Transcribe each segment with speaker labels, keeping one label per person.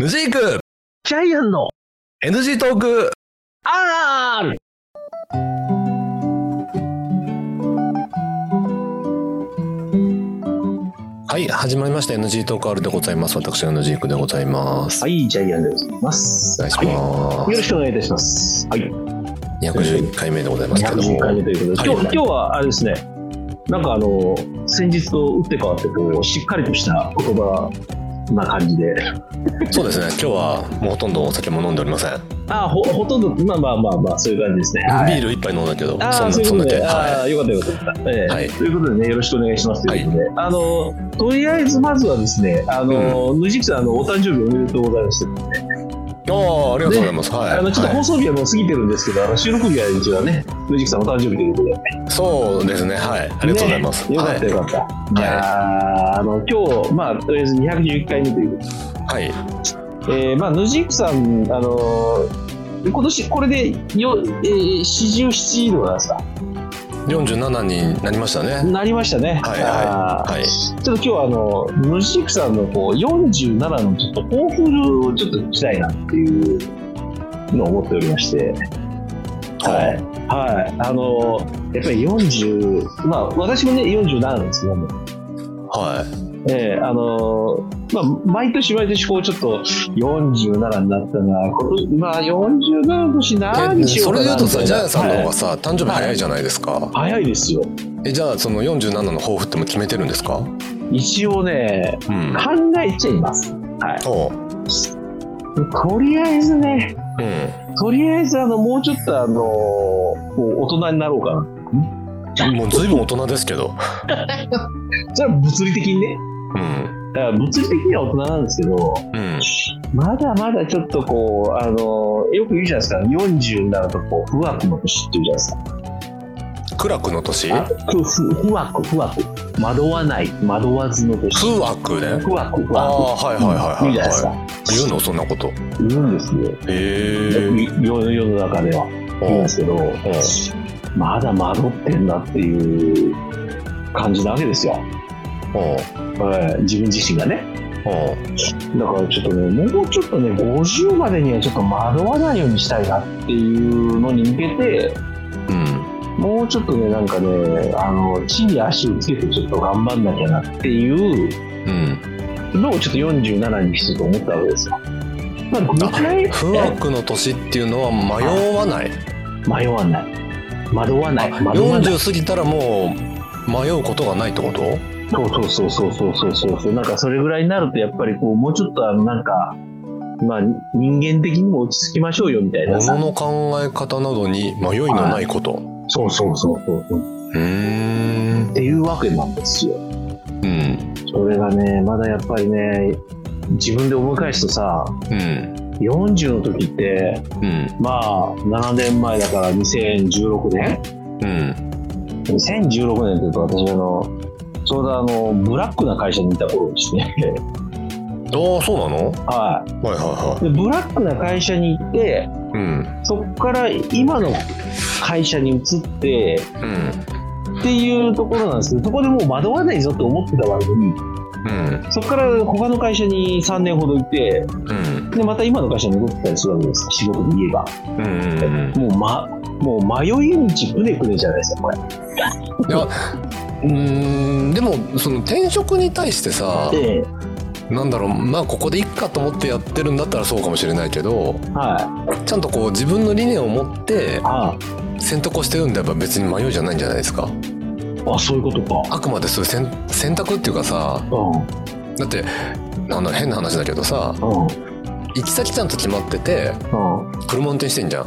Speaker 1: ヌジーク
Speaker 2: ジャイアンの
Speaker 1: NG トーク
Speaker 2: R!
Speaker 1: はい、始まりました NG トーク R でございます。私がヌジークでございます。
Speaker 2: はい、ジャイアンでございます。
Speaker 1: お願いしま
Speaker 2: はい
Speaker 1: す。
Speaker 2: よろしくお願いいたします。はい、
Speaker 1: 211回目でございますけども。
Speaker 2: 210回目ということで、
Speaker 1: はい
Speaker 2: 今日今日はあれですね、なんかあの、先日と打って変わってこう、しっかりとした言葉な感じで、
Speaker 1: そうですね、今日はもうほとんどお酒も飲んでおりません。
Speaker 2: あーほほとんど、まあまあまあまあ、そういう感じですね。はい
Speaker 1: ビール一杯飲んだけど、そん
Speaker 2: あ
Speaker 1: な、
Speaker 2: ーそういう
Speaker 1: そ
Speaker 2: こ
Speaker 1: ん
Speaker 2: と
Speaker 1: だけ。
Speaker 2: で、あ
Speaker 1: は
Speaker 2: あー、よかったよかった。ええ
Speaker 1: はい
Speaker 2: ということでね、よろしくお願いしますということで、あの、とりあえずまずはですね、あの、ヌジックさん、あの、お誕生日おめでとうございます。
Speaker 1: い。おー、ありがとうございます。はい。
Speaker 2: あのちょっと
Speaker 1: は
Speaker 2: 放送日はもう過ぎてるんですけど、あの収録日は一応ね、藤木さんお誕生日ということで、
Speaker 1: い、そうですね、はい。ありがとうございます。
Speaker 2: ねよかったよかった。い、やーあの今日まあとりあえず211回目というこ
Speaker 1: はい。はい。
Speaker 2: とで、えー、まあヌジークさんあのー今年これでよ、えー、47度なんですか
Speaker 1: 47になりましたね。
Speaker 2: なりましたね。
Speaker 1: はいはい
Speaker 2: あー
Speaker 1: はい。
Speaker 2: ちょっと今日はあのヌジークさんのこう47のちょっと抱負をちょっと聞きたいなっていうのを思っておりまして。はい。はい。あの、やっぱり40、まあ、私もね、47なんですけども、
Speaker 1: は
Speaker 2: ええあの、まあ、毎年毎年、こう、ちょっと、47になったな、これまあ、47の年
Speaker 1: い。え
Speaker 2: 何しよ
Speaker 1: そうれで言
Speaker 2: かな
Speaker 1: う
Speaker 2: み
Speaker 1: と
Speaker 2: た
Speaker 1: さ、
Speaker 2: いな
Speaker 1: ジャイアンさんの方
Speaker 2: は
Speaker 1: が
Speaker 2: い
Speaker 1: さ、誕生日早いじゃないですか。
Speaker 2: 早いですよ。
Speaker 1: え、じゃあ、その47の抱負っても決めてるんですか
Speaker 2: 一応ね、
Speaker 1: うん。
Speaker 2: 考えちゃいます。はい。
Speaker 1: おう。
Speaker 2: とりあえずね、
Speaker 1: うん。
Speaker 2: とりあえず、あの、もうちょっと、あの、こう、大人になろうかな。
Speaker 1: もう随分大人ですけど。
Speaker 2: それは物理的にね、
Speaker 1: うん。
Speaker 2: あ物理的には大人なんですけど、
Speaker 1: うん。
Speaker 2: まだまだちょっとこう、あのよく言うじゃないですか、47とこう、不惑の年っていうじゃないですか。
Speaker 1: 苦楽の年
Speaker 2: あふふ不惑、不惑。惑わない、惑わずの年。
Speaker 1: 不惑ね。
Speaker 2: 不惑、不
Speaker 1: あ
Speaker 2: 惑。
Speaker 1: あ、はいはいはいは
Speaker 2: 言う
Speaker 1: い
Speaker 2: じゃないです
Speaker 1: は
Speaker 2: か。
Speaker 1: い。言うのそんなこと。へ
Speaker 2: 言うんですよ。
Speaker 1: え。
Speaker 2: 世の世の中では言うんですけど、まだ惑ってんなっていう感じなわけですよ。
Speaker 1: うん。
Speaker 2: はい自分自身がね。
Speaker 1: うん。
Speaker 2: だからちょっとね、もうちょっとね、50までにはちょっと惑わないようにしたいなっていうのに向けて、
Speaker 1: うん。
Speaker 2: もうちょっとね、なんかね、あの、地に足をつけてちょっと頑張んなきゃなっていう
Speaker 1: うん。
Speaker 2: のをちょっと47にしてと思ったわけですよ。まあ、どのくらい
Speaker 1: 不惑の年っていうのは迷わない。
Speaker 2: 迷わない。惑わない。惑わない。
Speaker 1: 40過ぎたらもう迷うことがないってこと
Speaker 2: そうそうそうそうそうそうそう。なんかそれぐらいになると、やっぱりこう、もうちょっとあの、なんか、まあ、人間的にも落ち着きましょうよみたいな
Speaker 1: 物
Speaker 2: さ。
Speaker 1: の考え方などに迷いのないこと。う
Speaker 2: そうそうそうそうそう。
Speaker 1: ーん
Speaker 2: っ。ていうわけなんですよ。
Speaker 1: うん。
Speaker 2: それがね、まだやっぱりね、自分で思い返すとさ、
Speaker 1: うん。
Speaker 2: 40の時って、
Speaker 1: うん。
Speaker 2: まあ、7年前だから2016年
Speaker 1: うん。
Speaker 2: 2016年っていうと私あの、ちょうどあの、ブラックな会社にいた頃ですね。
Speaker 1: ああ、そうなのは
Speaker 2: は。
Speaker 1: いはい
Speaker 2: で、ブラックな会社に行って、
Speaker 1: いはい。うん。
Speaker 2: そっから今の会社に移って
Speaker 1: うん。
Speaker 2: っていうところなんですけど、そこでもう惑わないぞって思ってた割に、
Speaker 1: うん。
Speaker 2: そこから他の会社に3年ほど行って、
Speaker 1: うん。
Speaker 2: で、また今の会社に戻ってたりするわけです。仕事で言えば。
Speaker 1: うんうんうん。
Speaker 2: もうま、もう迷い道くねくねじゃないですか、これ。
Speaker 1: いやうーんでもその転職に対してさ
Speaker 2: ええ
Speaker 1: なんだろうまあここでいっかと思ってやってるんだったらそうかもしれないけど
Speaker 2: はい。
Speaker 1: ちゃんとこう自分の理念を持って
Speaker 2: あ
Speaker 1: 選択をしてるんであれば別に迷いじゃないんじゃないですか
Speaker 2: あ、あそういうことか。
Speaker 1: あくまでそういう選選択っていうかさ
Speaker 2: うん。
Speaker 1: だってなんだ変な話だけどさ
Speaker 2: うん。うん。
Speaker 1: 行き先ちゃんと決まってて車運転してんじゃん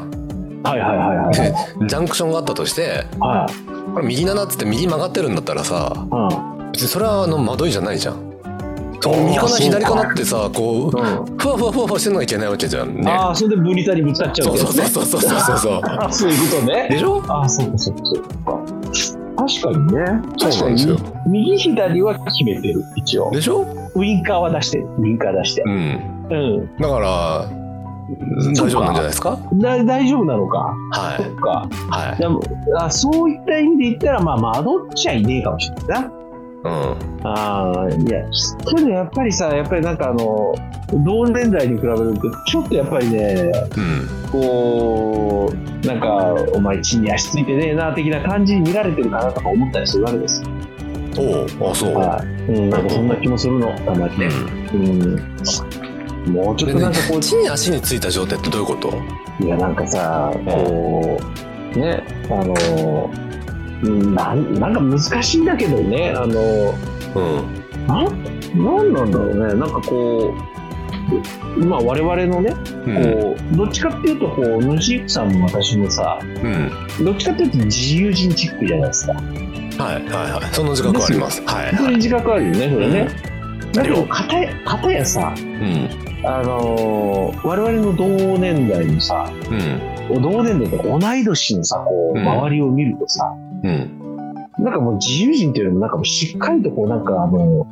Speaker 2: はいはいはいはい。
Speaker 1: でジャンクションがあったとして
Speaker 2: はい。
Speaker 1: これ右だなっつって右曲がってるんだったらさ
Speaker 2: うん。
Speaker 1: 別にそれはあの惑いじゃないじゃんそう
Speaker 2: あー
Speaker 1: 右かな
Speaker 2: そうか
Speaker 1: 左かなってさこう
Speaker 2: うん。
Speaker 1: ふわふわふわふわしてるのがいけないわけじゃん ね。
Speaker 2: ああ、それでブリタにぶつかっちゃう
Speaker 1: そ
Speaker 2: わ
Speaker 1: う
Speaker 2: け
Speaker 1: そうそ
Speaker 2: どね。
Speaker 1: うそうそうそうそう。
Speaker 2: あそういうことね。
Speaker 1: でしょ？
Speaker 2: ああ、そうかそうかそうか。確かにね。
Speaker 1: そうなんですよ
Speaker 2: 確かに。右左は決めてる、一応。
Speaker 1: でしょ？
Speaker 2: ウインカーは出してる、ウインカー出して
Speaker 1: う。ん。
Speaker 2: うん。
Speaker 1: だからうん
Speaker 2: そうか
Speaker 1: 大丈夫なんじゃないですか？
Speaker 2: だ大丈夫なのか。
Speaker 1: は
Speaker 2: そ
Speaker 1: い
Speaker 2: っか。
Speaker 1: は
Speaker 2: でもあそういった意味で言ったら、まあ、惑っちゃいねえかもしれないな。
Speaker 1: いうん
Speaker 2: ああ、いや、けどやっぱりさ、やっぱりなんかあの、同年代に比べると、ちょっとやっぱりね、
Speaker 1: うん
Speaker 2: こう、なんか、お前、地に足ついてねえな、的な感じに見られてるかなとか思ったりするわけですよ。
Speaker 1: おうあそう、
Speaker 2: はい。うん、なんかそんな気もするの、たまにね。
Speaker 1: う
Speaker 2: うん。もうちょっ
Speaker 1: で
Speaker 2: とな
Speaker 1: ね
Speaker 2: んかこ、う、
Speaker 1: 地に足についた状態ってどういうこと
Speaker 2: いや、なんかさ、こう、ね、あの、うんなんなんか難しいんだけどね、あ
Speaker 1: う
Speaker 2: の、
Speaker 1: ん
Speaker 2: なんなんなんだろうねなんかこうまあ我々のね、
Speaker 1: うん
Speaker 2: こうどっちかっていうとこうヌシークさんも私もさ
Speaker 1: うん
Speaker 2: どっちかっていうと自由人チックじゃないですか
Speaker 1: はいはいはいその自覚はありますはい
Speaker 2: そういう自覚あるよねそれね、だけ
Speaker 1: ある
Speaker 2: ど
Speaker 1: よ
Speaker 2: 片や片やさ
Speaker 1: うん
Speaker 2: あのー我々の同年代のさ
Speaker 1: うん
Speaker 2: 同年代と同い年のさこう
Speaker 1: うん
Speaker 2: 周りを見るとさ、
Speaker 1: うん
Speaker 2: なんかもう自由人というよりもなんかもうしっかりとこうなんかあの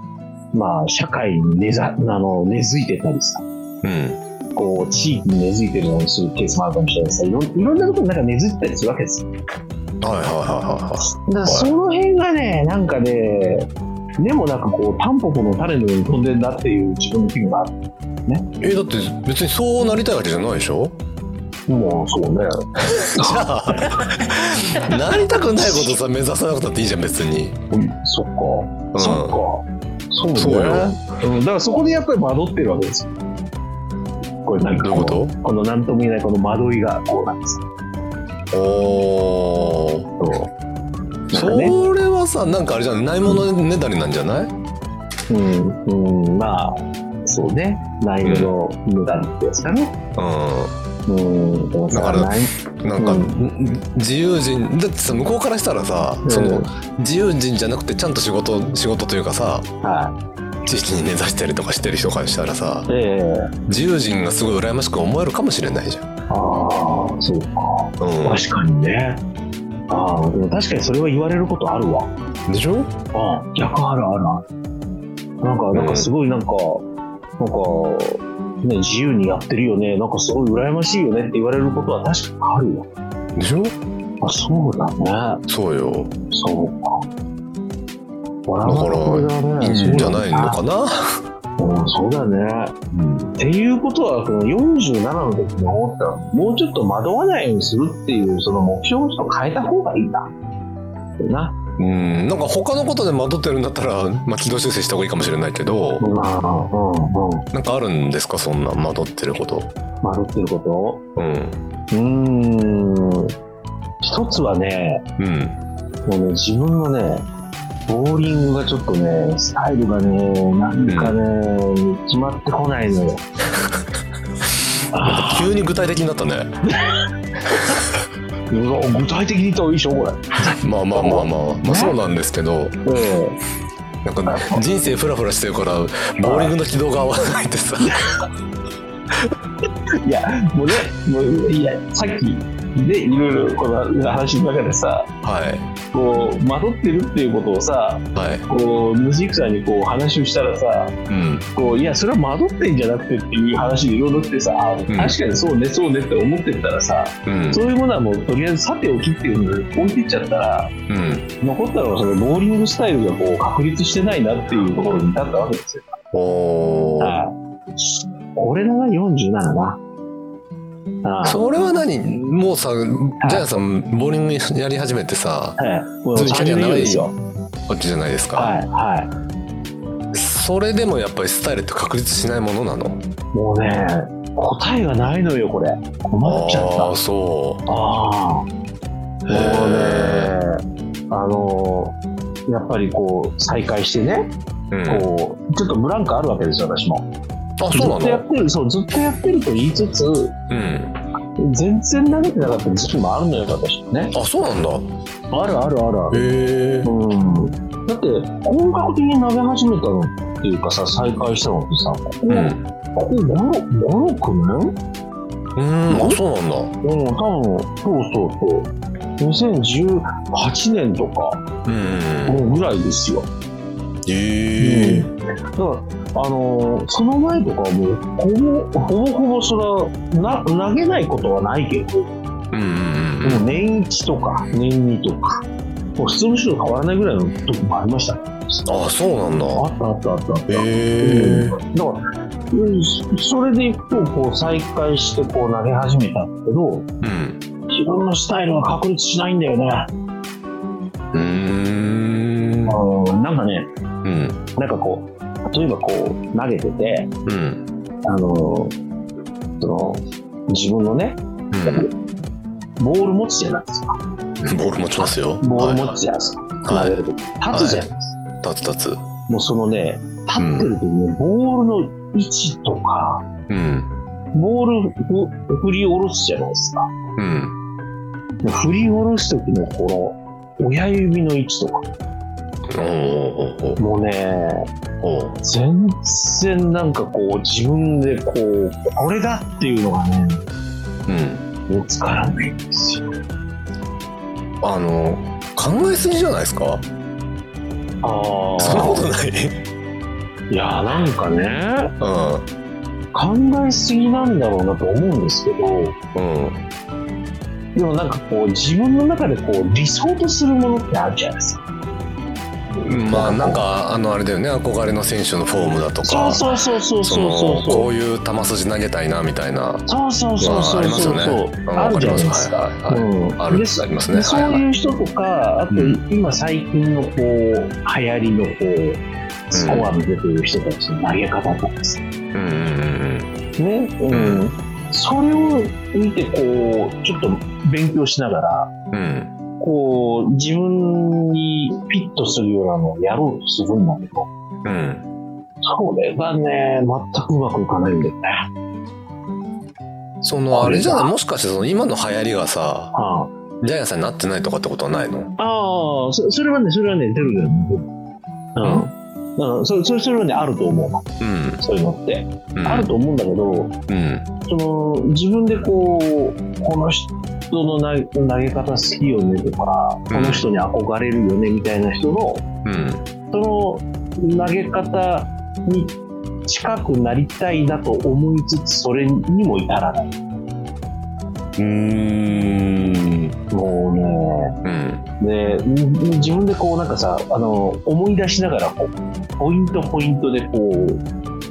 Speaker 2: まあ社会に根ざあの根付いてたりさ
Speaker 1: うん
Speaker 2: こう、地域に根付いてるのにするケースもあるかもしれないですいろんいろんなところになんか根付いてたりするわけですよ。
Speaker 1: はいはいはいは
Speaker 2: だからその辺がね、なんかね、でもなんかこう、タンポポの種のように飛んでるなっていう自分の気分がある。
Speaker 1: いはいえだって別にそうなりたいわけじゃないでし ょ
Speaker 2: もうそうね。
Speaker 1: じゃあなりたくないことさ目指さなくたっていいじゃん別に
Speaker 2: うん、そっ
Speaker 1: ん
Speaker 2: か。そっか。そうね。
Speaker 1: そうよ
Speaker 2: うん、だからそこでやっぱり惑ってるわけですよ。これなんか
Speaker 1: どういうこと
Speaker 2: この何とも言えないこの惑いがこうなんですよ。
Speaker 1: おー
Speaker 2: なんか
Speaker 1: そ
Speaker 2: ね、
Speaker 1: れはさなんかあれじゃんないものねだりなんじゃない
Speaker 2: うん、うん、まあ、そうね。内容の無駄ってやつかね。
Speaker 1: う
Speaker 2: うん、でもさ
Speaker 1: だから
Speaker 2: ない
Speaker 1: んなんか、
Speaker 2: うん
Speaker 1: 自由人だってさ向こうからしたらさ、そ
Speaker 2: うん
Speaker 1: の自由人じゃなくてちゃんと仕事仕事というかさ
Speaker 2: は
Speaker 1: 地域に根ざしたりとかしてる人からしたらさ
Speaker 2: い。ええ
Speaker 1: 自由人がすごい羨ましく思えるかもしれないじゃん。
Speaker 2: ああ、そうか。
Speaker 1: う
Speaker 2: 確かにね。ああ、でも確かにそれは言われることあるわ。
Speaker 1: ん、でしょ
Speaker 2: ああ、逆あるあるある。なんか、なんかすごいなんか、なんか、ね、自由にやってるよね。なんかすごい羨ましいよねって言われることは確かにあるわ。
Speaker 1: でしょ
Speaker 2: あ、そうだね。
Speaker 1: そうよ。
Speaker 2: そうか。だ
Speaker 1: だからいいんじゃないのかな
Speaker 2: うん、そうだね。っていうことは、この47の時に思ったら、もうちょっと惑わないようにするっていう、その目標をちょっと変えた方がいいな。な。
Speaker 1: うん、なんか他のことで惑ってるんだったら、まあ、軌道修正した方がいいかもしれないけど、
Speaker 2: うん、うん、うん。
Speaker 1: なんかあるんですかそんな惑ってること。
Speaker 2: 惑ってるこ
Speaker 1: うん。
Speaker 2: とうーん。一つはね、
Speaker 1: うん。
Speaker 2: もうね、自分のね、ボーリングがちょっとね、スタイルがね、なんかね、決まってこないのよ。あ
Speaker 1: 急に具体的になったね。
Speaker 2: うわ具体的に言った方がいいでしょ、これ。
Speaker 1: まあまあまあまあ、まあ、そうなんですけど、
Speaker 2: ええ
Speaker 1: なんか人生フラフラしてるから、ボーリングの軌道が合わないってさ。
Speaker 2: いや、もうね、もういや、さっき、で、いろいろこの話の中でさ、
Speaker 1: は
Speaker 2: こう、惑ってるっていうことをさ、
Speaker 1: い。はい。
Speaker 2: こう、虫草にこう話をしたらさ、
Speaker 1: うん。
Speaker 2: こう、いや、それは惑ってんじゃなくてっていう話でいろいろ来てさ、あ確かにそうね、そうねって思ってたらさ、
Speaker 1: うん。
Speaker 2: そういうものはもうとりあえずさておきっていうのに置いていっちゃったら、
Speaker 1: うん。
Speaker 2: 残ったのはそのボーリングスタイルがこう、確立してないなっていうところに至ったわけですよ。
Speaker 1: おー。
Speaker 2: はいこれだな、47な。ああ
Speaker 1: それは何もうさ、ジャイアンさん、ボーリングやり始めてさ、
Speaker 2: はい。もう
Speaker 1: ずるい距離は
Speaker 2: 30
Speaker 1: 長い
Speaker 2: 年ですよ。
Speaker 1: わけじゃないですか。
Speaker 2: はい、は
Speaker 1: それでもやっぱりスタイルって確立しないものなの
Speaker 2: い。もうね、答えがないのよ、これ。困っちゃっ
Speaker 1: あー、そう。
Speaker 2: た。ああ。もうね
Speaker 1: へ、
Speaker 2: あのー、やっぱりこう、再開してね、
Speaker 1: うん、
Speaker 2: こう、ちょっとブランクあるわけですよ、私も。
Speaker 1: あ、そう
Speaker 2: ずっと
Speaker 1: な
Speaker 2: や
Speaker 1: の
Speaker 2: ってる、そう、ずっとやってると言いつつ、
Speaker 1: うん。
Speaker 2: 全然投げてなかった時期もあるのよ、私。ね。
Speaker 1: あ、そうなんだ。
Speaker 2: あるあるあるある。
Speaker 1: へえ。
Speaker 2: うん。だって、本格的に投げ始めたのっていうかさ、再開したのってさ、ここ、
Speaker 1: うん。
Speaker 2: ここ5、5、6年
Speaker 1: うん、あ、そうなんだ。
Speaker 2: うん、多分、そうそうそう。2018年とか、
Speaker 1: うん。
Speaker 2: もうぐらいですよ。
Speaker 1: へえ。
Speaker 2: だから、あのーその前とかはもう、ほぼ、ほぼほぼそれは、な、投げないことはないけど、
Speaker 1: うん。うん
Speaker 2: もう年1とか、年2とか、もう普通の人と変わらないぐらいの時もありましたね。です。
Speaker 1: あそうなんだ
Speaker 2: あったあったあったあった。
Speaker 1: へえ
Speaker 2: だから、うんそれで一歩こう再開してこう投げ始めたんだけど、
Speaker 1: うん
Speaker 2: 自分のスタイルは確立しないんだよね。
Speaker 1: うーん
Speaker 2: あのなんかね、
Speaker 1: うん
Speaker 2: なんかこう、例えばこう投げてて、
Speaker 1: うん
Speaker 2: あの、その、自分のね、
Speaker 1: うん
Speaker 2: ボール持つじゃないですか。
Speaker 1: ボール持ちますよ
Speaker 2: ボール持つじゃないですか。
Speaker 1: は
Speaker 2: 投
Speaker 1: い
Speaker 2: げ
Speaker 1: は
Speaker 2: るとき。立つじゃないですか。
Speaker 1: い立つ立つ
Speaker 2: もうそのね、立ってる時に、ね、ボールの位置とか、
Speaker 1: うん
Speaker 2: ボールふ振り下ろすじゃないですか。
Speaker 1: うん
Speaker 2: 振り下ろす時のこの親指の位置とか、
Speaker 1: おおお
Speaker 2: もうね、
Speaker 1: おお
Speaker 2: 全然なんかこう自分でこう、これだっていうのがね、
Speaker 1: うん
Speaker 2: 見つからないんですよ。
Speaker 1: あの考えすぎじゃないですか
Speaker 2: あ
Speaker 1: そんなことない
Speaker 2: いや、なんかね、
Speaker 1: うん
Speaker 2: 考えすぎなんだろうなと思うんですけど、
Speaker 1: うん
Speaker 2: でもなんかこう自分の中でこう理想とするものってあるじゃないですか。
Speaker 1: まあなんかあのあれだよね憧れの選手のフォームだと
Speaker 2: そ
Speaker 1: か
Speaker 2: うそうそうそう
Speaker 1: そ
Speaker 2: そ
Speaker 1: の
Speaker 2: うそう
Speaker 1: こ
Speaker 2: そう。
Speaker 1: ういう球筋投げたいなみたいな
Speaker 2: そうそうそう
Speaker 1: まあ
Speaker 2: そ
Speaker 1: あ
Speaker 2: う
Speaker 1: ります
Speaker 2: そ
Speaker 1: よ
Speaker 2: う
Speaker 1: ね
Speaker 2: そう。
Speaker 1: あ
Speaker 2: あるじゃないです
Speaker 1: わ
Speaker 2: か。
Speaker 1: かりますはいはいはい
Speaker 2: うん
Speaker 1: ある
Speaker 2: で
Speaker 1: ありますね
Speaker 2: でそう
Speaker 1: はいはい
Speaker 2: いう人とか、あと
Speaker 1: うん
Speaker 2: 今最近のこう、流行りのこう、スコアの出てる人たちの投げ方とかですね。
Speaker 1: うんうん
Speaker 2: う
Speaker 1: うん
Speaker 2: ん。それを見てこう、ちょっと勉強しながら、
Speaker 1: うんうん
Speaker 2: こう、自分にフィットするようなのをやろうとするんだけど、
Speaker 1: うん
Speaker 2: それがね、全くうまくいかないんだよね。
Speaker 1: そのあれじゃないもしかしてその今の流行りがさ
Speaker 2: あ
Speaker 1: ジャイアンさんになってないとかってことはないの
Speaker 2: ああ、そそれはね、それはね、出る出る。うん。うん、それそれそれはね、あると思う。
Speaker 1: うん
Speaker 2: そういうのって。
Speaker 1: うん
Speaker 2: あると思うんだけど、
Speaker 1: うん
Speaker 2: その自分でこうこの人の投げ投げ方好きよねとか、
Speaker 1: うん
Speaker 2: この人に憧れるよねみたいな人の
Speaker 1: うん
Speaker 2: その投げ方に近くなりたいなと思いつつそれにも至らない
Speaker 1: うん
Speaker 2: も
Speaker 1: うん
Speaker 2: うねでん自分でこうなんかさあの思い出しながらこうポイントポイントでこ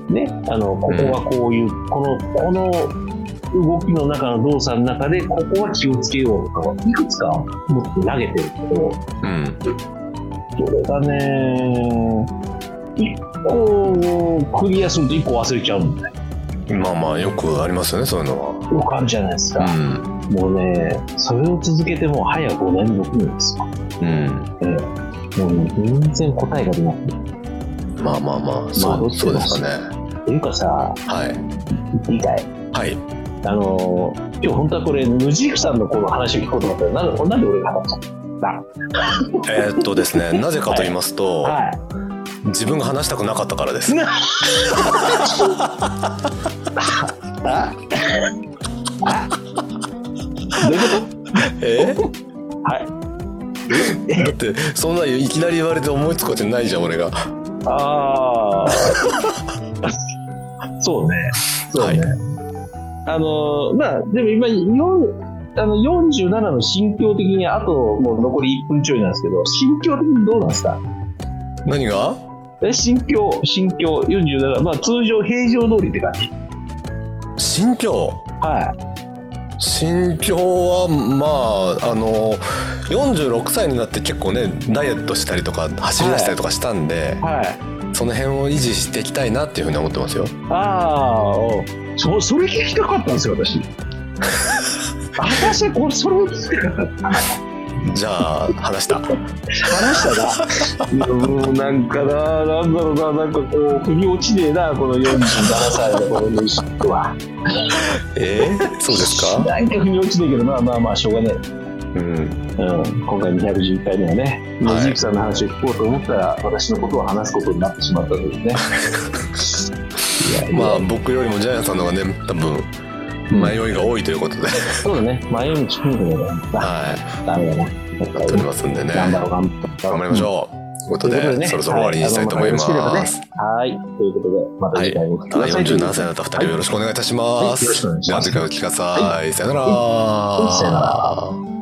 Speaker 2: うねあのここはこういう、このこの動きの中の動作の中でここは気をつけようとかいくつか持って投げてるけど
Speaker 1: うん
Speaker 2: それがね一個クリアすると一個忘れちゃうんだよ
Speaker 1: まあまあよくありますよねそういうの
Speaker 2: よくあるじゃないですか、
Speaker 1: は
Speaker 2: もうね、それを続けてもう早5年、6年ですよ。
Speaker 1: うんうん
Speaker 2: もうね全然答えが出なくて。
Speaker 1: まあまあまあ
Speaker 2: ま
Speaker 1: そ
Speaker 2: あ
Speaker 1: うそうですかね
Speaker 2: というかさ、
Speaker 1: はい
Speaker 2: 理解。
Speaker 1: はい
Speaker 2: あのー、今日本当はこれ、ムジークさんのこの話を聞こうと思ったら、なんでなんで俺が語っちゃった
Speaker 1: えーっとですねなぜかと言いますと
Speaker 2: はい。
Speaker 1: 自分が話したくなかったからです
Speaker 2: ああどういうこ
Speaker 1: え
Speaker 2: とはい。
Speaker 1: だってそんないきなり言われて思いつくことないじゃん俺が
Speaker 2: あ あ。そうね。そうね。
Speaker 1: は
Speaker 2: あのーまあ、でも今、よんあの47の心境的に、あともう残り1分ちょいなんですけど、心境的にどうなんですか
Speaker 1: 何が
Speaker 2: え、心境、心境、47、まあ通常平常通りって感じ。
Speaker 1: 心境
Speaker 2: はい。
Speaker 1: 心境はまああの46歳になって結構ねダイエットしたりとか走り出したりとかしたんで、
Speaker 2: はい。
Speaker 1: その辺を維持していきたいなっていうふうに思ってますよ
Speaker 2: ああ、そ、それ聞きたかったんです よ、私。私、これ、それを聞きたかった。
Speaker 1: じゃあ話 した
Speaker 2: 話したな。もうなんかな、なんだろうな、なんかこう、腑に落ちねえな、この47歳のこのシックは。
Speaker 1: えー、そうですか
Speaker 2: なんか腑に落ちねえけど、まあまあまあ、しょうがねえ。
Speaker 1: うん
Speaker 2: うん、今回211回目はね、
Speaker 1: はい
Speaker 2: 野ジークさんの話を聞こうと思ったら、私のことを話すことになってしまっ たんですね。いやいや
Speaker 1: まあ僕よりもジャイアンさんの方がね多分迷いが多いということで、
Speaker 2: そうだね、前に聞くのがね、あ
Speaker 1: は
Speaker 2: ダメだな。
Speaker 1: い取りますんでね
Speaker 2: 頑張ろう、
Speaker 1: 頑
Speaker 2: 頑張ろう。
Speaker 1: 張りましょう、ということで
Speaker 2: ということでね
Speaker 1: そろそろ終わりにしたいと思います、
Speaker 2: はいあのまたよろしけれはい、ということで、また次回お聞きくだ
Speaker 1: はい、
Speaker 2: さい。
Speaker 1: 47歳だった2人をよろしくお願いいたします。
Speaker 2: はいよろしくお願いし
Speaker 1: では
Speaker 2: ます
Speaker 1: 次回お聞きください。さよなら。
Speaker 2: いさよなら